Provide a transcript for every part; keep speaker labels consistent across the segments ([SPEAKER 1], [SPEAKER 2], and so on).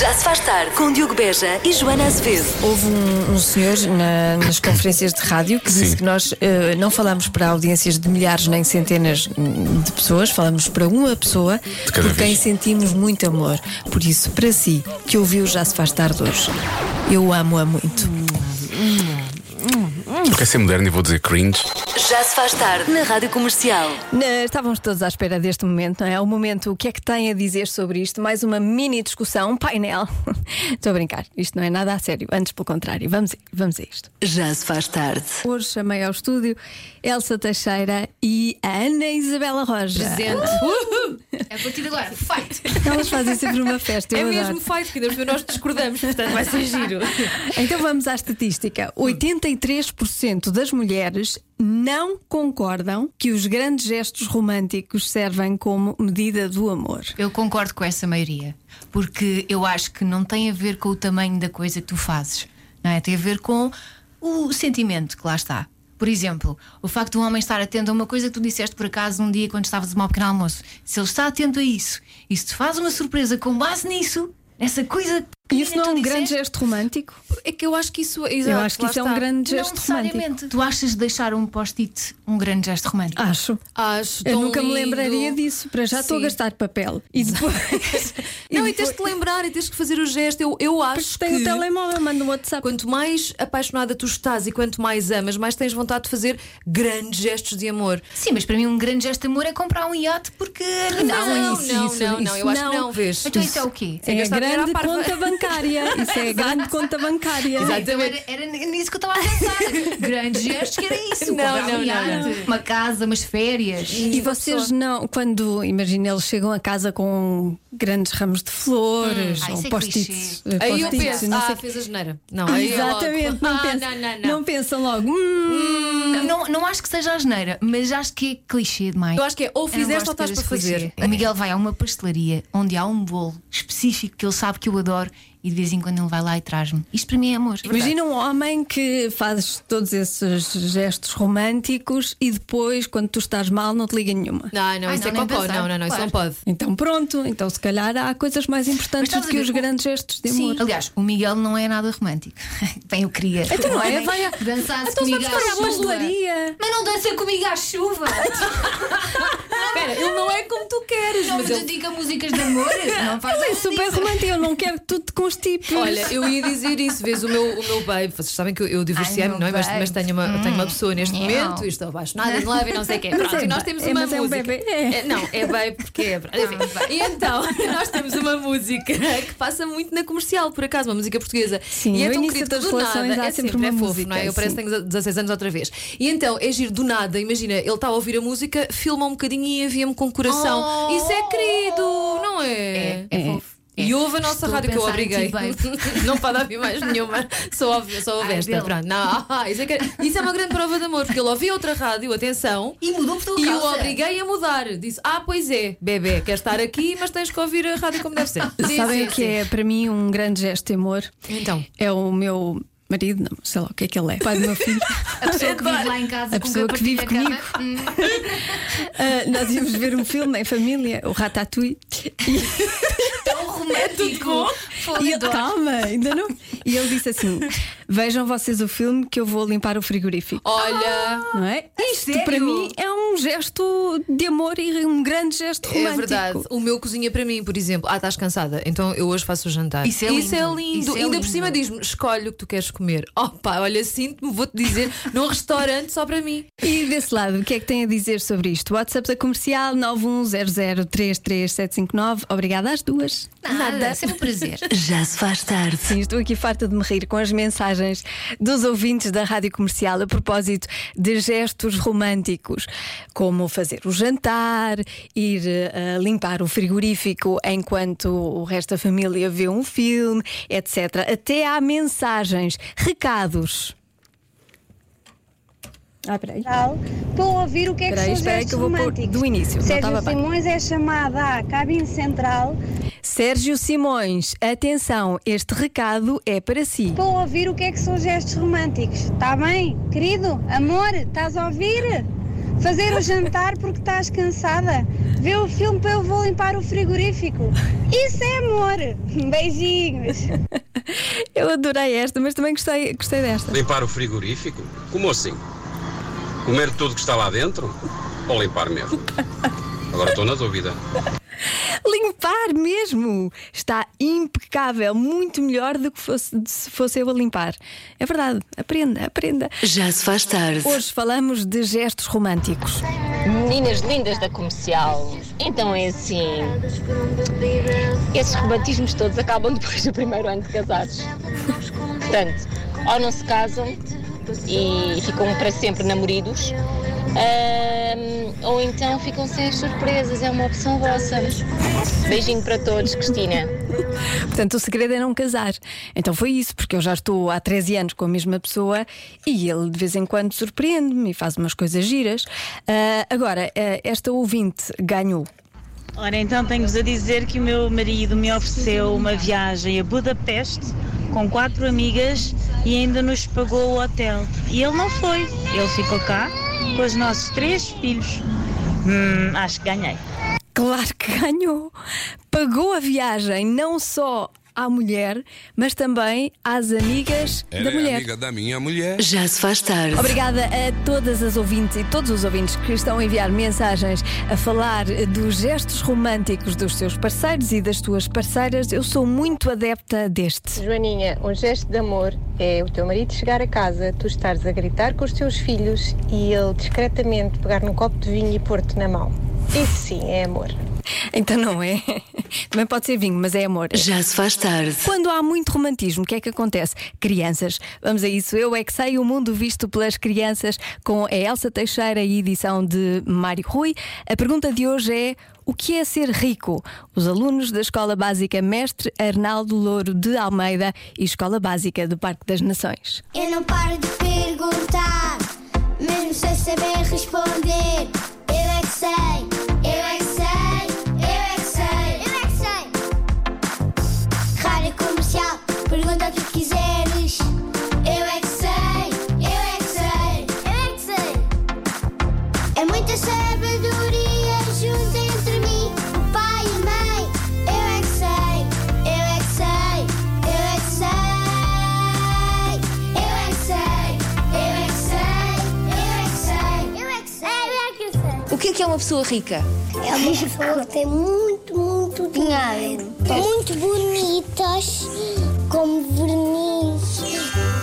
[SPEAKER 1] Já se faz tarde com Diogo Beja e Joana Azevedo.
[SPEAKER 2] Houve um, um senhor na- nas conferências de rádio que disse
[SPEAKER 3] Sim.
[SPEAKER 2] que nós eh, não falamos para audiências de milhares nem centenas hum, de pessoas, falamos para uma pessoa por
[SPEAKER 3] cada
[SPEAKER 2] quem
[SPEAKER 3] vez.
[SPEAKER 2] sentimos muito amor. Por isso, para si, que ouviu Já Se Faz Tarde hoje, eu amo-a muito.
[SPEAKER 3] Porque é ser moderno e vou dizer cringe.
[SPEAKER 1] Já se faz tarde na Rádio Comercial.
[SPEAKER 2] Na- Estávamos todos à espera deste momento, não é? O momento, o que é que tem a dizer sobre isto? Mais uma mini discussão, um painel. Estou a brincar, isto não é nada a sério, antes pelo contrário. Vamos, a- vamos a isto.
[SPEAKER 1] Já se faz tarde.
[SPEAKER 2] Hoje chamei ao estúdio Elsa Teixeira e a Ana Isabela Roja.
[SPEAKER 4] A partir de agora, fight!
[SPEAKER 2] Elas fazem sempre uma festa,
[SPEAKER 4] É
[SPEAKER 2] eu adoro.
[SPEAKER 4] mesmo fight, que ainda nós discordamos, portanto vai ser giro.
[SPEAKER 2] Então vamos à estatística. 83% das mulheres não concordam que os grandes gestos românticos servem como medida do amor.
[SPEAKER 4] Eu concordo com essa maioria, porque eu acho que não tem a ver com o tamanho da coisa que tu fazes, não é? Tem a ver com o sentimento que lá está. Por exemplo, o facto de um homem estar atento a uma coisa que tu disseste por acaso um dia quando estavas a tomar um pequeno almoço. Se ele está atento a isso e se te faz uma surpresa com base nisso, nessa coisa
[SPEAKER 2] E
[SPEAKER 4] pequenina
[SPEAKER 2] isso não é
[SPEAKER 4] que
[SPEAKER 2] um
[SPEAKER 4] tu
[SPEAKER 2] grande
[SPEAKER 4] então disseste,
[SPEAKER 2] gesto romântico?
[SPEAKER 5] É que eu acho que isso.
[SPEAKER 2] eu
[SPEAKER 5] exato,
[SPEAKER 2] acho que
[SPEAKER 5] lá
[SPEAKER 2] isso é um
[SPEAKER 5] está.
[SPEAKER 2] grande
[SPEAKER 4] Não
[SPEAKER 2] gesto romântico. Ah.
[SPEAKER 4] necessariamente. Tu achas deixar um post-it um grande gesto romântico?
[SPEAKER 2] Acho.
[SPEAKER 5] Acho
[SPEAKER 2] Eu
[SPEAKER 5] tão
[SPEAKER 2] nunca me
[SPEAKER 5] lindo.
[SPEAKER 2] lembraria disso. Para já estou a
[SPEAKER 5] Sim.
[SPEAKER 2] gastar papel. E depois.
[SPEAKER 5] Não, e tens de te lembrar e tens que fazer o gesto. Eu, eu acho
[SPEAKER 2] Porque tem
[SPEAKER 5] que
[SPEAKER 2] o telemóvel, manda um WhatsApp.
[SPEAKER 5] quanto mais apaixonada tu estás e quanto mais amas, mais tens vontade de fazer grandes gestos de amor.
[SPEAKER 4] Sim, mas para mim um grande gesto de amor é comprar um iate porque
[SPEAKER 2] um
[SPEAKER 5] Não,
[SPEAKER 4] é
[SPEAKER 5] não, não, não, eu acho que não, vês.
[SPEAKER 4] Então isso é o quê?
[SPEAKER 5] é
[SPEAKER 2] É a
[SPEAKER 5] gastar dinheiro
[SPEAKER 2] grande
[SPEAKER 5] à parva.
[SPEAKER 2] conta bancária. Isso é a grande conta bancária.
[SPEAKER 4] Então era, era nisso que eu estava a pensar. Grandes gestos, que era isso.
[SPEAKER 5] Não,
[SPEAKER 4] comprar
[SPEAKER 5] não,
[SPEAKER 4] um
[SPEAKER 5] não,
[SPEAKER 4] iate, Uma casa, umas férias.
[SPEAKER 2] E vocês não, quando, imagina, eles chegam a casa com grandes ramos de
[SPEAKER 5] Hum.
[SPEAKER 2] flores
[SPEAKER 4] Ah,
[SPEAKER 2] ou
[SPEAKER 4] isso é
[SPEAKER 2] post-its. eh,
[SPEAKER 5] Aí eu
[SPEAKER 2] post-its,
[SPEAKER 5] penso,
[SPEAKER 2] não sei
[SPEAKER 5] ah,
[SPEAKER 2] o quê.
[SPEAKER 5] fez a geneira. Não, aí eu logo.
[SPEAKER 2] Exatamente, não,
[SPEAKER 5] ah,
[SPEAKER 2] pensam,
[SPEAKER 5] não, não, não.
[SPEAKER 2] pensam logo. "Hum,
[SPEAKER 4] Não, não acho que seja asneira, mas acho que é clichê demais.
[SPEAKER 5] Eu acho que é ou
[SPEAKER 4] Eu não
[SPEAKER 5] fizeste ou
[SPEAKER 4] gosto de
[SPEAKER 5] estás para
[SPEAKER 4] coisas
[SPEAKER 5] fazer.
[SPEAKER 4] clichê. O Miguel vai a uma pastelaria onde há um bolo específico que ele sabe que eu adoro e de vez em quando ele vai lá e traz-me. Isto para mim é amor.
[SPEAKER 2] Imagina um homem que faz todos esses gestos românticos e depois, quando tu estás mal, não te liga nenhuma.
[SPEAKER 5] Não, não,
[SPEAKER 2] Ah,
[SPEAKER 4] Ai,
[SPEAKER 5] isso
[SPEAKER 4] não,
[SPEAKER 5] é
[SPEAKER 4] nem
[SPEAKER 5] cocó.
[SPEAKER 4] pensar.
[SPEAKER 5] Não, não, não, isso não pode.
[SPEAKER 2] Então pronto, então se calhar há coisas mais
[SPEAKER 4] Mas
[SPEAKER 2] importantes
[SPEAKER 4] estás
[SPEAKER 2] do
[SPEAKER 4] a
[SPEAKER 2] que
[SPEAKER 4] ver,
[SPEAKER 2] os
[SPEAKER 4] o-
[SPEAKER 2] grandes gestos de
[SPEAKER 4] Sim.
[SPEAKER 2] amor.
[SPEAKER 4] Aliás, o Miguel não é nada romântico. Bem, eu queria.
[SPEAKER 2] Então não é?
[SPEAKER 4] Homem,
[SPEAKER 2] Vai a-
[SPEAKER 4] dançasse
[SPEAKER 2] Então
[SPEAKER 4] comigo
[SPEAKER 2] vamos
[SPEAKER 5] é
[SPEAKER 2] para
[SPEAKER 4] à
[SPEAKER 5] assim,
[SPEAKER 2] a
[SPEAKER 4] chuva.
[SPEAKER 2] pastelaria.
[SPEAKER 4] Mas não dança comigo à chuva.
[SPEAKER 5] Espera, ele não é como tu queres,
[SPEAKER 4] não me
[SPEAKER 5] mas ele
[SPEAKER 4] dedica a músicas de amor. Não faz
[SPEAKER 2] É
[SPEAKER 4] nada
[SPEAKER 2] super
[SPEAKER 4] disso.
[SPEAKER 2] romântico, eu não quero que tu te constipes.
[SPEAKER 5] Olha, eu ia dizer isso, vês o meu, o meu babe. Vocês sabem que eu, eu divorciei-me,
[SPEAKER 4] meu
[SPEAKER 5] não é? Mas,
[SPEAKER 4] babe.
[SPEAKER 5] mas tenho, uma, tenho
[SPEAKER 2] Hum.
[SPEAKER 5] uma pessoa neste
[SPEAKER 4] Não.
[SPEAKER 5] momento e estou apaixonada em love e não sei o quê. Pronto,
[SPEAKER 2] é
[SPEAKER 5] e nós
[SPEAKER 2] ba-
[SPEAKER 5] temos
[SPEAKER 2] é,
[SPEAKER 5] uma
[SPEAKER 2] mas é um
[SPEAKER 5] música.
[SPEAKER 2] bebê, Ah, é.
[SPEAKER 5] não, é babe porque é. Enfim. E então, nós temos uma música que passa muito na comercial, por acaso, uma música portuguesa.
[SPEAKER 2] Sim,
[SPEAKER 5] e é
[SPEAKER 2] no
[SPEAKER 5] tão
[SPEAKER 2] início
[SPEAKER 5] querido que
[SPEAKER 2] das
[SPEAKER 5] do
[SPEAKER 2] relações
[SPEAKER 5] nada
[SPEAKER 2] há
[SPEAKER 5] é
[SPEAKER 2] sempre
[SPEAKER 5] sempre é
[SPEAKER 2] uma
[SPEAKER 5] fofo,
[SPEAKER 2] música,
[SPEAKER 5] não é? Eu parece
[SPEAKER 2] sim.
[SPEAKER 5] que tenho 16 anos outra vez. E então, é giro do nada, imagina, ele está a ouvir a música, filma um bocadinho e envia-me com coração.
[SPEAKER 2] Oh!
[SPEAKER 5] Isso é querido, não
[SPEAKER 4] É, é fofo.
[SPEAKER 5] e ouve a nossa
[SPEAKER 4] Estou a
[SPEAKER 5] rádio que eu
[SPEAKER 4] pensar em ti,
[SPEAKER 5] obriguei.
[SPEAKER 4] babe.
[SPEAKER 5] não pode ouvir mais nenhuma. Só ouve, só ouve
[SPEAKER 4] Ai,
[SPEAKER 5] esta.
[SPEAKER 4] dele.
[SPEAKER 5] Pronto. Não, ah, isso, é que- isso é uma grande prova de amor, porque ele ouvia outra rádio, atenção.
[SPEAKER 4] E mudou por tua
[SPEAKER 5] E o
[SPEAKER 4] causa.
[SPEAKER 5] obriguei a mudar. Disse: Ah, pois é, bebê, queres estar aqui, mas tens que ouvir a rádio como deve ser. Sim,
[SPEAKER 2] Sabem
[SPEAKER 5] sim,
[SPEAKER 2] o que
[SPEAKER 5] sim.
[SPEAKER 2] é para mim um grande gesto de amor?
[SPEAKER 5] Então.
[SPEAKER 2] É o meu marido, não sei lá o que é que ele é, pai do meu filho.
[SPEAKER 4] A pessoa que vive lá em casa
[SPEAKER 2] A
[SPEAKER 4] com
[SPEAKER 2] pessoa
[SPEAKER 4] quem
[SPEAKER 2] que vive
[SPEAKER 4] partilha a
[SPEAKER 2] comigo.
[SPEAKER 4] cama. Hum,
[SPEAKER 2] Ah, nós íamos ver um filme em família, o Ratatouille. É
[SPEAKER 4] tão romântico. Fogo,
[SPEAKER 2] E ele,
[SPEAKER 4] adoro.
[SPEAKER 2] calma, ainda não. E ele disse assim: Vejam vocês o filme que eu vou limpar o frigorífico.
[SPEAKER 5] Oh, Olha,
[SPEAKER 4] Ah,
[SPEAKER 2] Não é? Isto
[SPEAKER 4] sério?
[SPEAKER 2] para mim é um gesto de amor e um grande gesto romântico.
[SPEAKER 5] é verdade. O meu cozinha para mim, por exemplo. Ah, estás cansada, então eu hoje faço o jantar.
[SPEAKER 4] Isso é lindo. Isso é
[SPEAKER 5] Ainda por
[SPEAKER 4] lindo.
[SPEAKER 5] cima diz-me: escolhe o que tu queres comer. Oh, pá, olha, sinto-me, vou-te dizer, num restaurante só para mim.
[SPEAKER 2] E desse lado, o que é que tem a dizer sobre isto? WhatsApp da comercial 910033759. Obrigada às duas.
[SPEAKER 4] Nada, sempre um prazer.
[SPEAKER 1] Já se faz tarde.
[SPEAKER 2] Sim, estou aqui farta de me rir com as mensagens dos ouvintes da Rádio Comercial a propósito de gestos românticos, como fazer o jantar, ir eh, limpar o frigorífico enquanto o resto da família vê um filme, etc. Até há mensagens, recados. Ah, peraí.
[SPEAKER 6] Natal vão ouvir o que é que
[SPEAKER 2] Espera aí,
[SPEAKER 6] são os
[SPEAKER 2] espera aí que
[SPEAKER 6] gestos
[SPEAKER 2] eu vou pôr
[SPEAKER 6] românticos.
[SPEAKER 2] do início, não
[SPEAKER 6] Sérgio
[SPEAKER 2] estava bem.
[SPEAKER 6] Simões é chamada à cabine central
[SPEAKER 2] Sérgio Simões, atenção, este recado é para si.
[SPEAKER 6] vão Tá ouvir o que é que são os gestos românticos. Está bem? Querido, amor, estás a ouvir? Fazer o jantar porque estás cansada. Ver o filme para eu vou limpar o frigorífico. Isso é amor. Beijinhos.
[SPEAKER 2] Eu adorei esta, mas também gostei, gostei desta.
[SPEAKER 7] Limpar o frigorífico? Como assim? Comer tudo que está lá dentro? Ou limpar mesmo? Agora estou na dúvida.
[SPEAKER 2] Limpar mesmo! Está impecável, muito melhor do que fosse, de se fosse eu a limpar. É verdade, aprenda, aprenda.
[SPEAKER 1] Já se faz tarde.
[SPEAKER 2] Hoje falamos de gestos românticos.
[SPEAKER 8] Meninas lindas da comercial. Então é assim. Esses romantismos todos acabam depois do primeiro ano de casados. Portanto, ou não se casam e ficam para sempre namoridos, ahm, ou então ficam sem as surpresas. É uma opção vossa. Beijinho para todos, Cristina.
[SPEAKER 2] Portanto, o segredo é não casar. Então foi isso, porque eu já estou há 13 anos com a mesma pessoa e ele de vez em quando surpreende-me e faz umas coisas giras. Ah, agora, ah, esta ouvinte ganhou.
[SPEAKER 9] Ora, então tenho-vos a dizer que o meu marido me ofereceu uma viagem a Budapeste com quatro amigas e ainda nos pagou o hotel. E ele não foi, ele ficou cá com os nossos três filhos. Hum, acho que ganhei.
[SPEAKER 2] Claro que ganhou. Pagou a viagem não só à mulher, mas também às amigas da
[SPEAKER 3] Ela é
[SPEAKER 2] mulher.
[SPEAKER 3] amiga da minha mulher.
[SPEAKER 1] Já se faz tarde.
[SPEAKER 2] Obrigada a todas as ouvintes e todos os ouvintes que estão a enviar mensagens a falar dos gestos românticos dos seus parceiros e das suas parceiras. Eu sou muito adepta deste.
[SPEAKER 10] Joaninha, um gesto de amor é o teu marido chegar a casa, tu estares a gritar com os teus filhos e ele discretamente pegar num copo de vinho e pôr-te na mão. Isso sim é amor.
[SPEAKER 2] Então não é? Também pode ser vinho, mas é amor.
[SPEAKER 1] Já se faz tarde.
[SPEAKER 2] Quando há muito romantismo, o que é que acontece? Crianças, vamos a isso. Eu é que sei o mundo visto pelas crianças com a Elsa Teixeira e edição de Mário Rui. A pergunta de hoje é: o que é ser rico? Os alunos da Escola Básica Mestre Arnaldo Louro de Almeida e Escola Básica do Parque das Nações.
[SPEAKER 11] Eu não paro de perguntar, mesmo sem saber responder. Eu é que sei, eu é que sei, eu é que sei, eu é que sei. Rádio comercial, pergunta o que quiseres. Eu é que sei, eu é que sei, eu é que sei. É muita sabedoria junto entre mim, o pai e a mãe. Eu é que sei, eu é que sei, eu é que sei. Eu é que sei, eu é que sei, eu é que sei, eu é que sei, eu é que sei.
[SPEAKER 5] O que é que é uma pessoa rica?
[SPEAKER 11] É uma pessoa que tem muito, muito dinheiro. Muito bonitas, como verniz,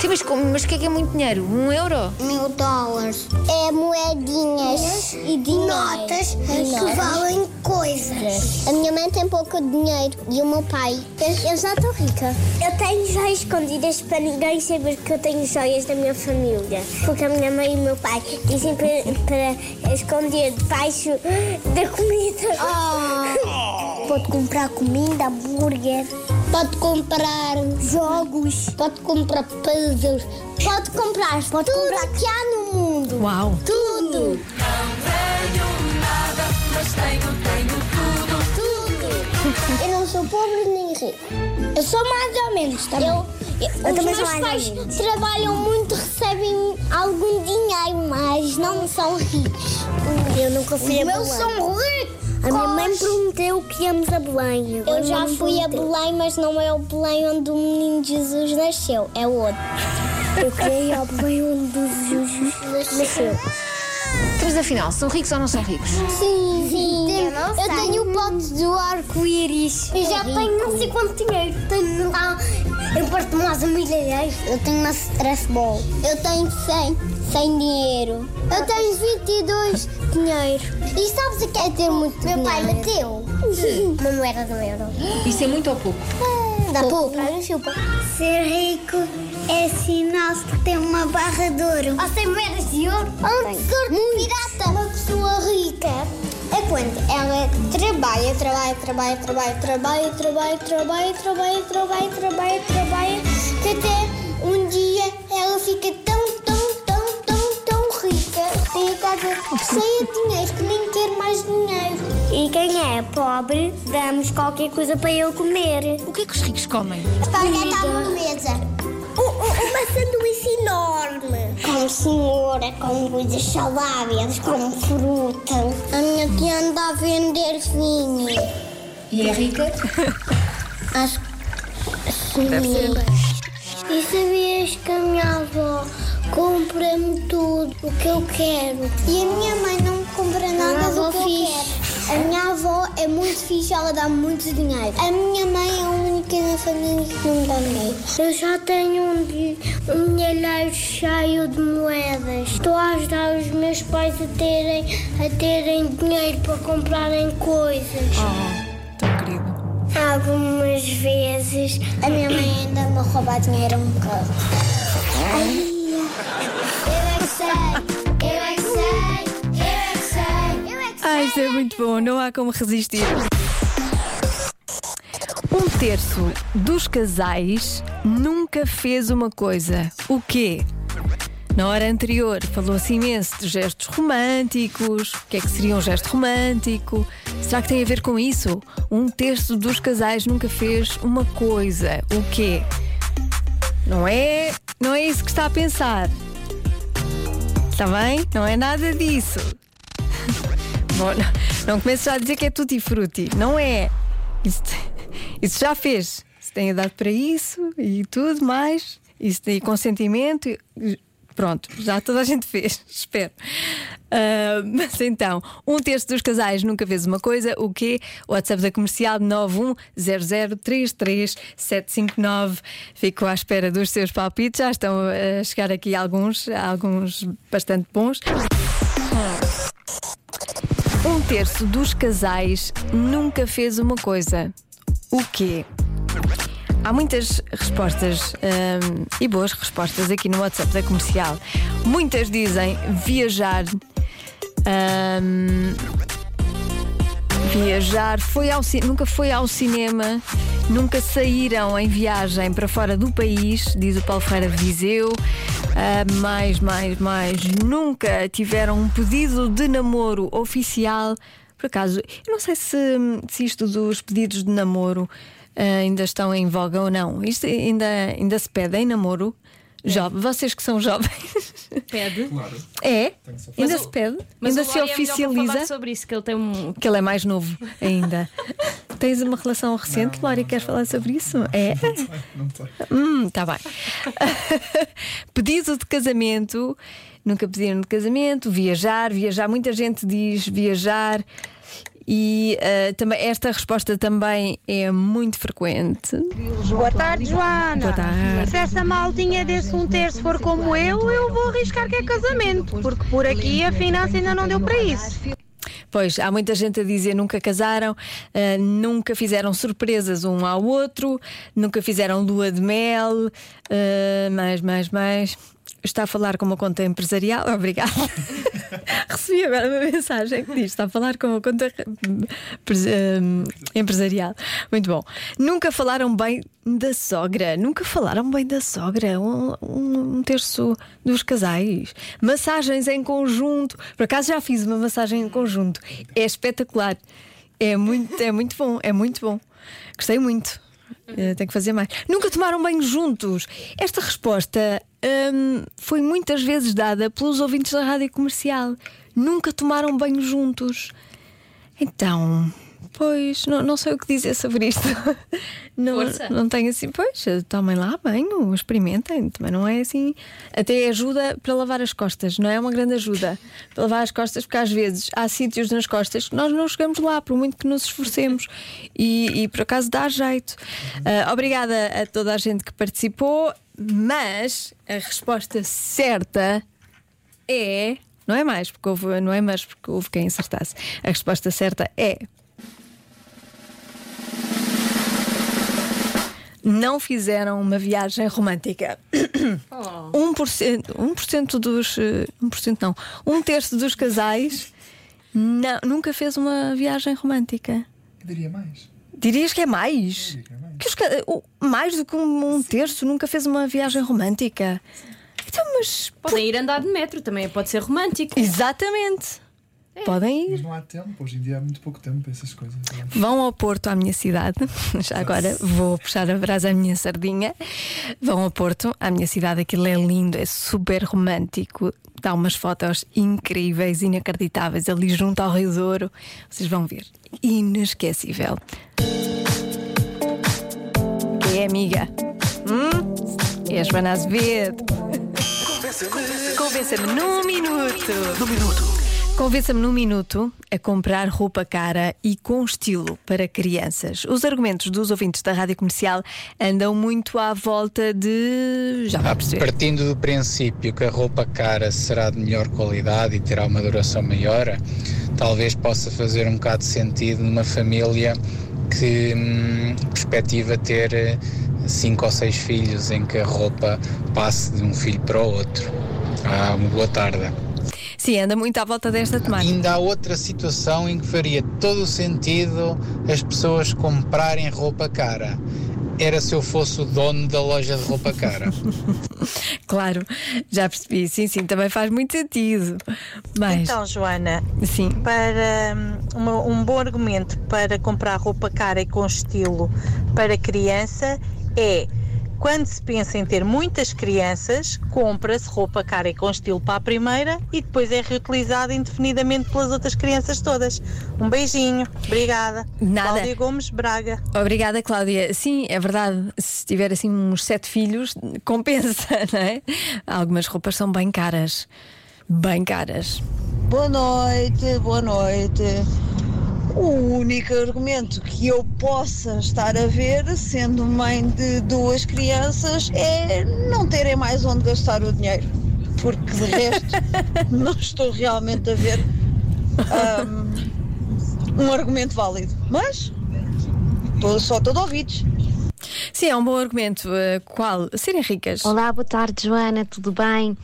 [SPEAKER 5] Sim, mas, como- mas o que é que é muito dinheiro? Um euro?
[SPEAKER 11] mil dólares. É moedinhas e notas que valem coisas. A minha mãe tem pouco dinheiro e o meu pai. Eu, eu já estou rica. Eu tenho joias escondidas para ninguém saber que eu tenho joias da minha família. Porque a minha mãe e o meu pai dizem para, para esconder debaixo da comida. Ah. Pode comprar comida, hambúrguer. Pode comprar jogos. Pode comprar puzzles. Pode comprar tudo que há no mundo.
[SPEAKER 2] Uau!
[SPEAKER 11] Tudo. Eu não sou pobre nem rico. Eu sou mais ou menos, tá eu, eu, Os meus pais trabalham muito, recebem algum dinheiro, mas não são ricos. Um Eu nunca fui a Belém. Eu sou rico. A minha mãe prometeu que íamos a Belém. Eu já fui a Belém, mas não é o Belém onde o menino Jesus nasceu, é o outro. Eu queria ir ao Belém onde o Jesus nasceu.
[SPEAKER 4] Mas afinal, são ricos ou não são ricos?
[SPEAKER 11] Sim, sim. eu, tenho o pote do arco-íris. Eu já tenho não sei quanto dinheiro. Tenho lá. Eu parto mais um milhares. Eu tenho uma stress ball. Eu tenho 100. 100 dinheiro. Eu tenho 22 dinheiro. E sabes o que é ter muito dinheiro? Meu pai meteu uma moeda do euro.
[SPEAKER 5] Isso é muito ou pouco?
[SPEAKER 11] Hum, Dá pouco. Ser rico é sinal que tem uma barra de ouro. Ou tem moedas de ouro. Ou um tesouro de pirata. Uma pessoa rica é quando ela trabalha, trabalha, trabalha, trabalha, trabalha, trabalha, trabalha, trabalha, trabalha, trabalha, trabalha, que até um dia ela fica tão, tão, tão, tão, tão rica. Tem a casa cheia de dinheiro que nem quer mais dinheiro. E quem é pobre, damos qualquer coisa para eu comer.
[SPEAKER 4] O que é que os ricos comem?
[SPEAKER 11] Espaguete à bolonhesa. O uma sanduíche enorme. Como cenoura, como coisas saudáveis, como fruta. A minha tia anda a vender vinho.
[SPEAKER 4] E é rica?
[SPEAKER 11] Acho que sim. E sabias que a minha avó compra-me tudo o que eu quero. E a minha mãe não me compra nada do que eu quero. A minha avó é muito fixe, ela dá muito dinheiro. A minha mãe é a única na família que não dá dinheiro. Eu já tenho um, di- um dinheiro cheio de moedas. Estou a ajudar os meus pais a terem, a terem dinheiro para comprarem coisas.
[SPEAKER 2] Tão querido.
[SPEAKER 11] Algumas vezes a minha mãe ainda me rouba dinheiro um bocado. Eu é que sei, eu é que sei, eu é que sei, eu é que
[SPEAKER 2] Ai, isso é muito bom, não há como resistir. Um terço dos casais nunca fez uma coisa. O quê? Na hora anterior falou-se imenso de gestos românticos. O que é que seria um gesto romântico? Será que tem a ver com isso? Um terço dos casais nunca fez uma coisa. O quê? Não é, não é isso que está a pensar. Está bem? Não é nada disso. Bom, não- não comece já a dizer que é tutti frutti. Não é. Isso, isso já fez. Se tem idade para isso e tudo mais. Isso tem consentimento. e- Pronto, já toda a gente fez, espero. Ah, mas então, um terço dos casais nunca fez uma coisa, o quê? WhatsApp da comercial 910033759. Fico à espera dos seus palpites, já estão ah, a chegar aqui alguns, alguns bastante bons. Um terço dos casais nunca fez uma coisa. O quê? Há muitas respostas hum, e boas respostas aqui no WhatsApp da comercial. Muitas dizem viajar. hum, viajar, foi ao, ci- nunca foi ao cinema, nunca saíram em viagem para fora do país, diz o Paulo Ferreira de Viseu. Ah, mais, mais, mais, nunca tiveram um pedido de namoro oficial. Por acaso, eu não sei se, se isto dos pedidos de namoro ah, ainda estão em voga ou não. Isto ainda, ainda se pede em namoro. Jovem, vocês que são jovens.
[SPEAKER 12] Pede.
[SPEAKER 2] É?
[SPEAKER 12] Mas
[SPEAKER 2] Ainda
[SPEAKER 12] o-
[SPEAKER 2] se pede?
[SPEAKER 12] Mas
[SPEAKER 2] ainda
[SPEAKER 12] o
[SPEAKER 2] se
[SPEAKER 12] Lori é melhor para
[SPEAKER 2] oficializa?
[SPEAKER 12] falar sobre isso, que ele tem um.
[SPEAKER 2] Que ele é mais novo ainda. Tens uma relação recente, Lória? Queres falar sobre isso? É?
[SPEAKER 13] Não sei.
[SPEAKER 2] Hum, tá bem. Pedido de casamento. Nunca pediram de casamento. Viajar, viajar. Muita gente diz viajar. E ah, também, esta resposta também é muito frequente.
[SPEAKER 14] Boa tarde, Joana.
[SPEAKER 2] Boa tarde.
[SPEAKER 14] Se essa maldinha desse um terço for como eu, eu vou arriscar que é casamento, porque por aqui a finança ainda não deu para isso.
[SPEAKER 2] Pois, há muita gente a dizer nunca casaram, ah, nunca fizeram surpresas um ao outro, nunca fizeram lua de mel, ah, mais, mais, mais. Está a falar com uma conta empresarial? Obrigada. Recebi agora uma mensagem que diz: está a falar com uma conta hum, pres- hum, empresarial. Muito bom. Nunca falaram bem da sogra. Nunca falaram bem da sogra. Um, um- um terço dos casais. Massagens em conjunto. Por acaso já fiz uma massagem em conjunto. É espetacular. É muito, é muito bom. É muito bom. Gostei muito. Eh, Tenho que fazer mais. Nunca tomaram banho juntos. Esta resposta hum, foi muitas vezes dada pelos ouvintes da rádio comercial. Nunca tomaram banho juntos. Então, pois, não, não sei o que dizer sobre isto. Não,
[SPEAKER 12] Força.
[SPEAKER 2] não tenho assim, pois, tomem lá banho, experimentem, também não é assim. Até ajuda para lavar as costas, não é uma grande ajuda para lavar as costas, porque às vezes há sítios nas costas que nós não chegamos lá, por muito que nos esforcemos, e, e por acaso dá jeito. Ah, obrigada a toda a gente que participou, mas a resposta certa é. Não é mais, porque houve, não é mais porque houve quem acertasse. A resposta certa é. Não fizeram uma viagem romântica. 1%, 1% dos. eh, 1% não. Um terço dos casais não- nunca fez uma viagem romântica.
[SPEAKER 13] Eu diria mais.
[SPEAKER 2] Dirias que é mais? Que os ca- o- mais do que um, um terço nunca fez uma viagem romântica. Então, mas.
[SPEAKER 12] Podem ir andar de metro também, pode ser romântico.
[SPEAKER 2] Exatamente. Podem ir.
[SPEAKER 15] Mas não há tempo, hoje em dia há muito pouco tempo para essas coisas. é?
[SPEAKER 2] Vão ao Porto, à minha cidade. Já agora vou puxar a brasa à minha sardinha. Vão ao Porto, à minha cidade. Aquilo é lindo, é super romântico. Dá umas fotos incríveis, inacreditáveis, ali junto ao Rio Douro. Vocês vão ver. Inesquecível. E é amiga? Hum? É a Joana Azevedo. Convença-me num minuto. Num minuto. Convença-me num minuto a comprar roupa cara e com estilo para crianças. Os argumentos dos ouvintes da rádio comercial andam muito à volta de. Já vai perceber.
[SPEAKER 11] Partindo do princípio que a roupa cara será de melhor qualidade e terá uma duração maior, talvez possa fazer um bocado de sentido numa família que hum, perspectiva ter eh, cinco ou seis filhos, em que a roupa passe de um filho para o outro. Ah, uma boa tarde.
[SPEAKER 2] Sim, anda muito à volta desta temática.
[SPEAKER 11] Ainda há outra situação em que faria todo o sentido as pessoas comprarem roupa cara. Era se eu fosse o dono da loja de roupa cara.
[SPEAKER 2] Claro, já percebi. Sim, sim, também faz muito sentido. Mas.
[SPEAKER 16] Então, Joana,
[SPEAKER 2] Sim.
[SPEAKER 16] para hum, uma- um bom argumento para comprar roupa cara e com estilo para criança é quando se pensa em ter muitas crianças, compra-se roupa cara e com estilo para a primeira e depois é reutilizada indefinidamente pelas outras crianças todas. Um beijinho, obrigada.
[SPEAKER 2] Nada.
[SPEAKER 16] Cláudia Gomes Braga.
[SPEAKER 2] Obrigada, Cláudia. Sim, é verdade. Se tiver assim uns sete filhos, compensa, não é? Algumas roupas são bem caras. Bem caras.
[SPEAKER 6] Boa noite, boa noite. O único argumento que eu possa estar a ver, sendo mãe de duas crianças, é não terem mais onde gastar o dinheiro. Porque de resto, não estou realmente a ver ahm, um, argumento válido. Mas tô- só todo ouvidos.
[SPEAKER 2] Sim, é um bom argumento. eh, qual? Serem ricas.
[SPEAKER 17] Olá, boa tarde, Joana, tudo bem?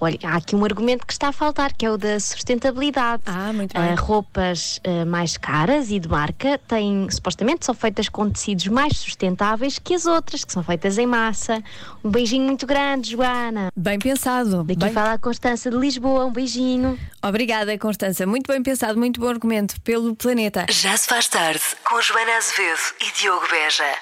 [SPEAKER 17] Olha, há aqui um argumento que está a faltar, que é o da sustentabilidade.
[SPEAKER 2] Ah, muito
[SPEAKER 17] bem. roupas ah, mais caras e de marca têm, supostamente, são feitas com tecidos mais sustentáveis que as outras, que são feitas em massa. Um beijinho muito grande, Joana.
[SPEAKER 2] Bem pensado.
[SPEAKER 17] Daqui
[SPEAKER 2] bem-
[SPEAKER 17] fala a Constança de Lisboa, um beijinho.
[SPEAKER 2] Obrigada, Constança. Muito bem pensado, muito bom argumento pelo planeta.
[SPEAKER 1] Já se faz tarde com Joana Azevedo e Diogo Beja.